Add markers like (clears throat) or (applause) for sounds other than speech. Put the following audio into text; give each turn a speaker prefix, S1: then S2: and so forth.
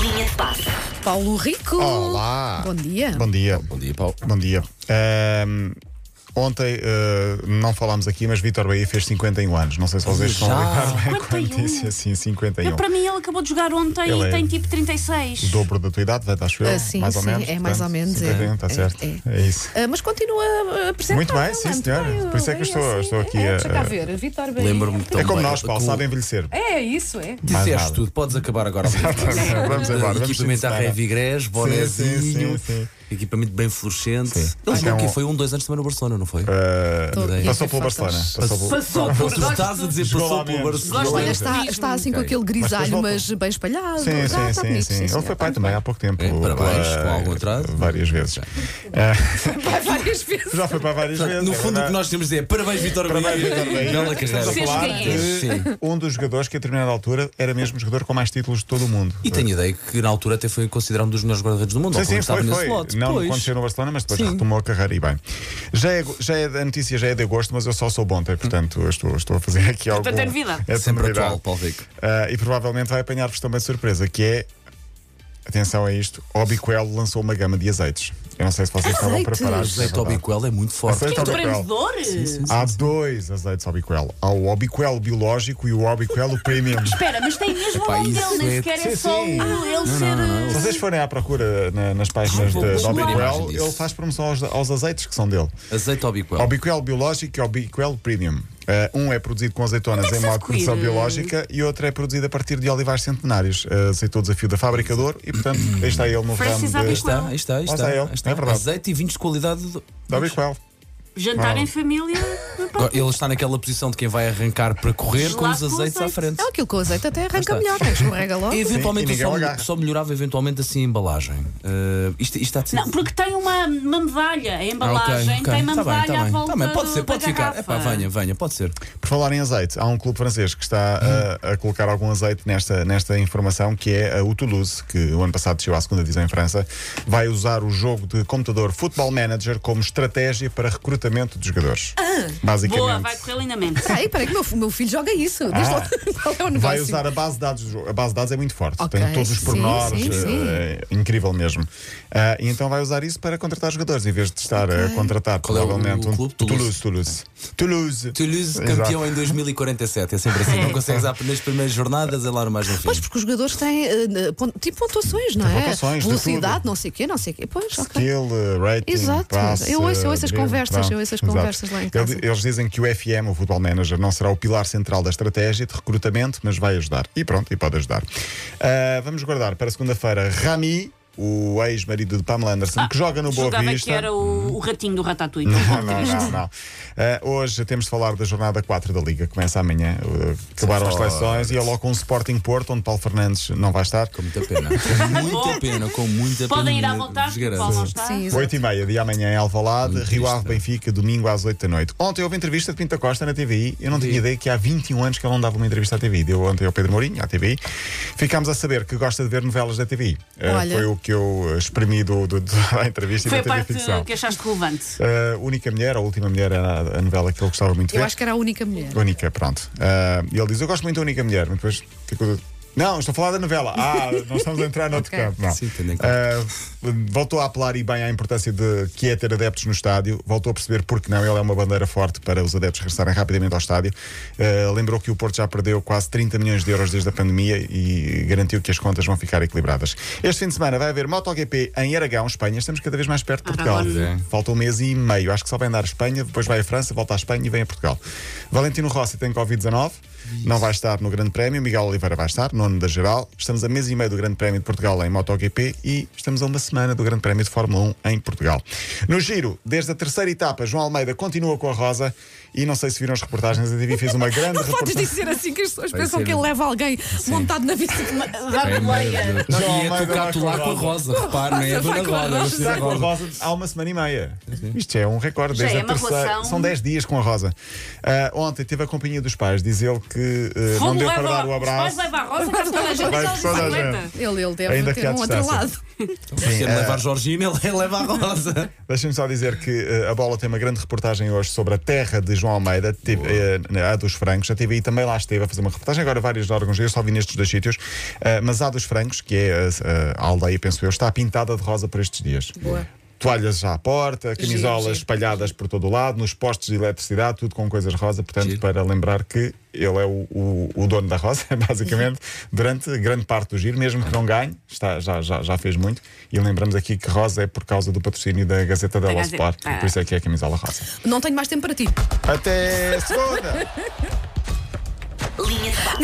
S1: Linha de passe.
S2: Paulo Rico.
S3: Olá.
S2: Bom dia.
S3: Bom dia.
S4: Bom dia, Paulo.
S3: Bom dia. Ahm, ontem ah, não falámos aqui, mas Vitor Bahia fez 51 anos. Não sei se vocês estão a lidar bem assim, com a
S5: 51?
S3: notícia. Sim, 51.
S5: Eu, para mim, ele acabou de jogar ontem
S3: Ele
S5: e
S3: é-
S5: tem tipo 36.
S3: um. O dobro da tua idade, vai, acho eu.
S2: Ah, sim,
S3: mais ou
S2: sim,
S3: menos.
S2: é mais ou menos, é.
S3: 51, está
S2: É,
S3: certo.
S2: é.
S3: É isso.
S2: Ah, mas continua apresentado.
S3: Muito bem, sim, senhora. Por isso é que eu estou,
S2: assim.
S3: estou aqui
S6: É,
S3: a.
S6: deixa cá ver, Vitor Bahia.
S4: Lembro-me que
S3: É como
S4: também-
S3: nós, Paulo,
S4: tu
S3: sabe envelhecer.
S6: É, isso é.
S3: Mais nada.
S4: Disseste tudo, podes acabar agora.
S3: Vamos embora, vamos
S4: Equipamento à
S3: sim,
S4: Revigrés,
S3: sim,
S4: bonézinho,
S3: sim.
S4: equipamento bem fluorescente.
S3: Sim.
S4: Ele jogou
S3: Então-
S4: aqui, foi um, dois anos também no Barcelona, não foi?
S3: Ah,
S2: Tô-
S3: Passou
S2: e
S3: pelo
S2: até fotos.
S3: Barcelona. Passou pelo-
S6: Passou por
S4: Tu estás a dizer
S3: Jogou lá
S4: passou pelo
S3: menos.
S4: Barcelona.
S2: Olha,
S6: Olha,
S2: está, está assim com
S4: Ok.
S2: aquele grisalho,
S3: Mas
S2: mas, bem espalhado.
S3: Sim,
S2: Ah,
S3: sim,
S2: está
S3: sim,
S2: bonito,
S3: sim.
S2: sim,
S3: Ele
S2: senhor.
S3: foi pai também há pouco tempo.
S4: É, parabéns,
S3: Ah,
S4: com algum atraso.
S3: Várias vezes.
S2: Vai É várias vezes.
S3: Já foi para várias vezes.
S4: No
S3: é
S4: fundo, o que
S3: verdade.
S4: nós temos de dizer é parabéns, Vitor
S3: Parabéns, Vítor Bahia.
S4: Bahia. Bela carreira.
S3: Estamos a
S6: Vocês
S3: falar
S6: quem
S3: de
S4: Sim.
S3: um dos jogadores que a determinada altura era mesmo o jogador com mais títulos de todo o mundo.
S4: E tenho ideia que na altura até foi considerado um dos melhores guarda-redes do mundo. ou
S3: Sim,
S4: pelo
S3: sim,
S4: menos
S3: foi,
S4: estava
S3: foi.
S4: nesse lote.
S3: Não
S4: Pois.
S3: aconteceu no Barcelona, mas depois
S4: Sim.
S3: retomou a carreira e bem. Já é, já é- a notícia já é de agosto, mas eu só sou ontem, portanto eu estou, estou a fazer aqui algo.
S5: é novidade.
S4: Sempre atual, Paulo Rico.
S3: Ah, e provavelmente vai apanhar-vos também de surpresa, que é. Atenção a isto, Obiquel lançou uma gama de azeites. Eu não sei se vocês estavam
S2: Azeites?
S3: preparados.
S4: José
S3: é verdade.
S4: Tobicoel é muito forte.
S3: Aceita o Obiquel.
S5: empreendedor?
S3: Há dois azeites Obiquel. Há o Obiquel biológico e o Obiquel premium.
S5: (laughs) Espera, mas tem mesmo o
S4: Epá,
S5: nome
S4: isso
S5: dele, nem
S4: é-
S5: sequer
S3: sim,
S5: é só
S3: sim.
S5: o ele ser.
S3: Se vocês forem à procura na- nas
S5: Ah,
S3: páginas
S4: vou
S3: de, de
S4: buscar.
S3: Obiquel,
S4: Disso.
S3: ele faz promoção aos, aos azeites que são dele.
S4: Azeite Obicoel.
S3: Ao Bicoel biológico e ao Bicoel premium. Uh, um é produzido com azeitonas
S5: Como é que
S3: em
S5: se
S3: modo de produção
S5: adquire?
S3: biológica e outro é produzido a partir de olivais centenários. Uh, aceitou o desafio da fabricador e,
S5: (clears throat)
S3: portanto, aí está ele no ramo
S5: Francis
S3: de,
S5: Abel.
S4: Aí está, aí está, aí
S3: Lá
S4: está.
S3: está ele,
S4: aí está.
S3: é verdade.
S4: Azeite e vinhos de qualidade. do-
S3: da Bicoel.
S5: Jantar
S3: Não.
S5: em família.
S4: Agora, Ele está naquela posição de quem vai arrancar para correr com
S5: Lá
S4: os
S5: com É
S4: azeites à
S5: azeite.
S4: frente.
S2: Não, aquilo com azeite até arranca
S4: está.
S2: melhor, né? escorrega logo.
S4: E eventualmente
S3: Sim, e
S4: eu só,
S3: ninguém o agarra.
S4: só melhorava eventualmente assim a embalagem. Eh, isto, isto há de ser.
S5: Não, porque tem uma, uma medalha, a embalagem
S4: ok.
S5: tem uma
S4: Tá
S5: medalha
S4: bem, tá
S5: à
S4: bem.
S5: volta.
S4: Tá bem, pode ser,
S5: da
S4: pode ficar.
S5: garrafa.
S4: Epá, venha, venha, pode ser.
S3: Por falar em azeite, há um clube francês que está
S4: Hum.
S3: uh, a colocar algum azeite nesta, nesta informação, que é uh, o Toulouse, que o ano passado chegou à segunda divisão em França. Vai usar o jogo de computador Football Manager como estratégia para recrutamento de jogadores.
S2: Ah,
S3: Basicamente.
S5: Boa, vai correr lindamente.
S2: Peraí, peraí, que meu, meu filho joga isso. Diz
S3: Ah.
S2: lá (laughs) qual é o negócio.
S3: Vai usar a base de dados do jogo. A base de dados é muito forte.
S2: Ok,
S3: Tem todos os
S2: sim,
S3: pormenores.
S2: sim,
S3: eh,
S2: sim.
S3: é incrível mesmo. Ah, e então vai usar isso para contratar jogadores, em vez de estar a contratar
S4: Qual é o-
S3: provavelmente
S4: o
S3: um
S4: clube? É.
S3: Toulouse. Toulouse. Toulouse.
S4: Toulouse
S3: Exato.
S4: campeão em 2047, é sempre assim. Não consegues à- nas primeiras jornadas alar mais no fim.
S2: Pois, porque os jogadores têm eh, pon- tipo pontuações, não
S3: Tem
S2: é?
S3: pontuações de
S2: Velocidade,
S3: tudo.
S2: não sei o quê, não sei o quê. Pois, ok.
S3: Skill, eh, rating,
S2: Exato.
S3: passe,
S2: Eu ouço- eu ouço as
S3: drible,
S2: conversas,
S3: pronto.
S2: eu ouço as
S3: Exato.
S2: conversas lá em casa.
S3: Ele- Eles dizem que o FM, o Football Manager, não será o pilar central da estratégia de recrutamento, mas vai ajudar. E pronto, e pode ajudar. Ah, vamos guardar para segunda-feira Rami, o ex-marido de Pamela Anderson, que joga no Boa
S5: Jogava
S3: Vista.
S5: que era o, o ratinho do
S3: (laughs)
S5: Ratatouille.
S3: Não, não, não, não. Eh, hoje temos de falar da jornada 4 da Liga, começa amanhã. Eh, acabaram as
S4: Fora.
S3: seleções e é logo um Sporting Porto, onde Paulo Fernandes não vai estar.
S4: Com muita pena. Com muita pena, com muita
S5: Podem ir
S4: pena.
S5: à vontade,
S4: vos
S5: porque o
S4: garanto.
S5: Paulo
S3: assim.
S5: não está.
S2: Sim, exato.
S3: 8 e meia de amanhã em Alvalade,
S4: Muito
S3: Rio
S4: triste,
S3: Ave
S4: não é?
S3: Benfica, domingo às 8 da noite. Ontem houve entrevista de Pinta Costa na TVI. Eu não tinha ideia que há 21 anos que ele não dava uma entrevista à TVI. Deu ontem ao Pedro Mourinho, à TVI. Ficámos a saber que gosta de ver novelas da TVI. Eh,
S2: Olha.
S3: Foi o que eu eh, espremi do, do- (laughs) do- da entrevista
S5: Foi
S3: e
S5: a
S3: da TV
S5: parte
S3: Ficção.
S5: que achaste relevante.
S3: A única mulher, a última mulher, era a novela que ele gostava muito de
S2: Eu
S3: ver.
S2: acho que era a única mulher.
S3: Única, pronto. Ah, E ele diz: Eu gosto muito da única mulher, mas depois ficou. Não, estou a falar da novela.
S2: (laughs)
S3: Ah, não estamos a entrar noutro
S2: Ok.
S3: campo. Não.
S4: Sim, tendo em
S3: Ah, voltou a apelar e bem à importância de que é ter adeptos no estádio. Voltou a perceber porque não. Ele é uma bandeira forte para os adeptos regressarem rapidamente ao estádio. Ah, lembrou que o Porto já perdeu quase 30 milhões de euros desde a pandemia e garantiu que as contas vão ficar equilibradas. Este fim de semana vai haver MotoGP em Aragão, Espanha. Estamos cada vez mais perto de Portugal.
S5: Aragão.
S4: É.
S3: Falta um mês e meio. Acho que só vai andar a Espanha, depois vai a França, volta à Espanha e vem a Portugal. Valentino Rossi tem Covid-19, não vai estar no Grande Prémio. Miguel Oliveira vai estar, nono da geral. Estamos a mês e meio do Grande Prémio de Portugal em MotoGP e estamos a uma semana do Grande Prémio de Fórmula 1 em Portugal. No giro, desde a terceira etapa, João Almeida continua com a Rosa e não sei se viram as reportagens, a TV fez uma grande
S2: Não podes
S3: reportagem.
S2: dizer assim que as pessoas
S4: Vai
S2: pensam
S4: ser-
S2: que ele leva alguém montado na bicicleta.
S4: É maravilhoso.
S3: João
S4: E
S3: Almeida
S4: a
S3: vai
S4: tocar
S3: com a
S4: lá com a Rosa, repare, não é? A
S2: vai
S4: dona
S2: com a
S4: Rosa. eu gostei da
S3: Está com a
S4: Rosa.
S3: Rosa há uma semana e meia. Isto é um recorde.
S5: Já
S3: Desde
S5: é
S3: a
S5: uma
S3: terceira,
S5: relação.
S3: são 10 dias com a Rosa. Ah, ontem teve a companhia dos pais. Diz ele que que eh, não
S5: Fogo
S3: deu para
S5: leva-
S3: dar o
S5: Os pais
S3: aguardo.
S5: levam a roça, cá toda a gente
S3: Vai
S5: está de
S3: toda a
S5: bicicleta.
S2: Ele, ele deve
S3: Ainda que
S2: ter
S3: à
S2: um outro
S3: distância.
S2: lado.
S4: Se ele levar Jorginho, ele leva a rosa.
S3: Deixem-me só dizer que eh, a Bola tem uma grande reportagem hoje sobre a terra de João Almeida, tive- eh, na- a dos Francos. A TVI também lá esteve a fazer uma reportagem, agora vários órgãos, eu só vi nestes dois sítios. Eh, mas a dos Francos, que é eh, a aldeia, penso eu, está pintada de rosa por estes dias.
S2: Boa.
S3: Toalhas já à porta, camisolas
S2: giro.
S3: espalhadas por todo o lado, nos postos de eletricidade, tudo com coisas rosa, portanto,
S4: Giro.
S3: para lembrar que ele é o, o- o dono da rosa, (laughs) basicamente, durante grande parte do giro, mesmo que não ganhe, está, já, já, já fez muito. E lembramos aqui que rosa é por causa do patrocínio da Gazeta da
S5: Da
S3: Lo
S5: Gazeta.
S3: Sport, e
S5: Ah.
S3: por isso é que é a camisola rosa.
S2: Não tenho mais tempo para ti.
S3: Até segunda!
S5: Linha de passe.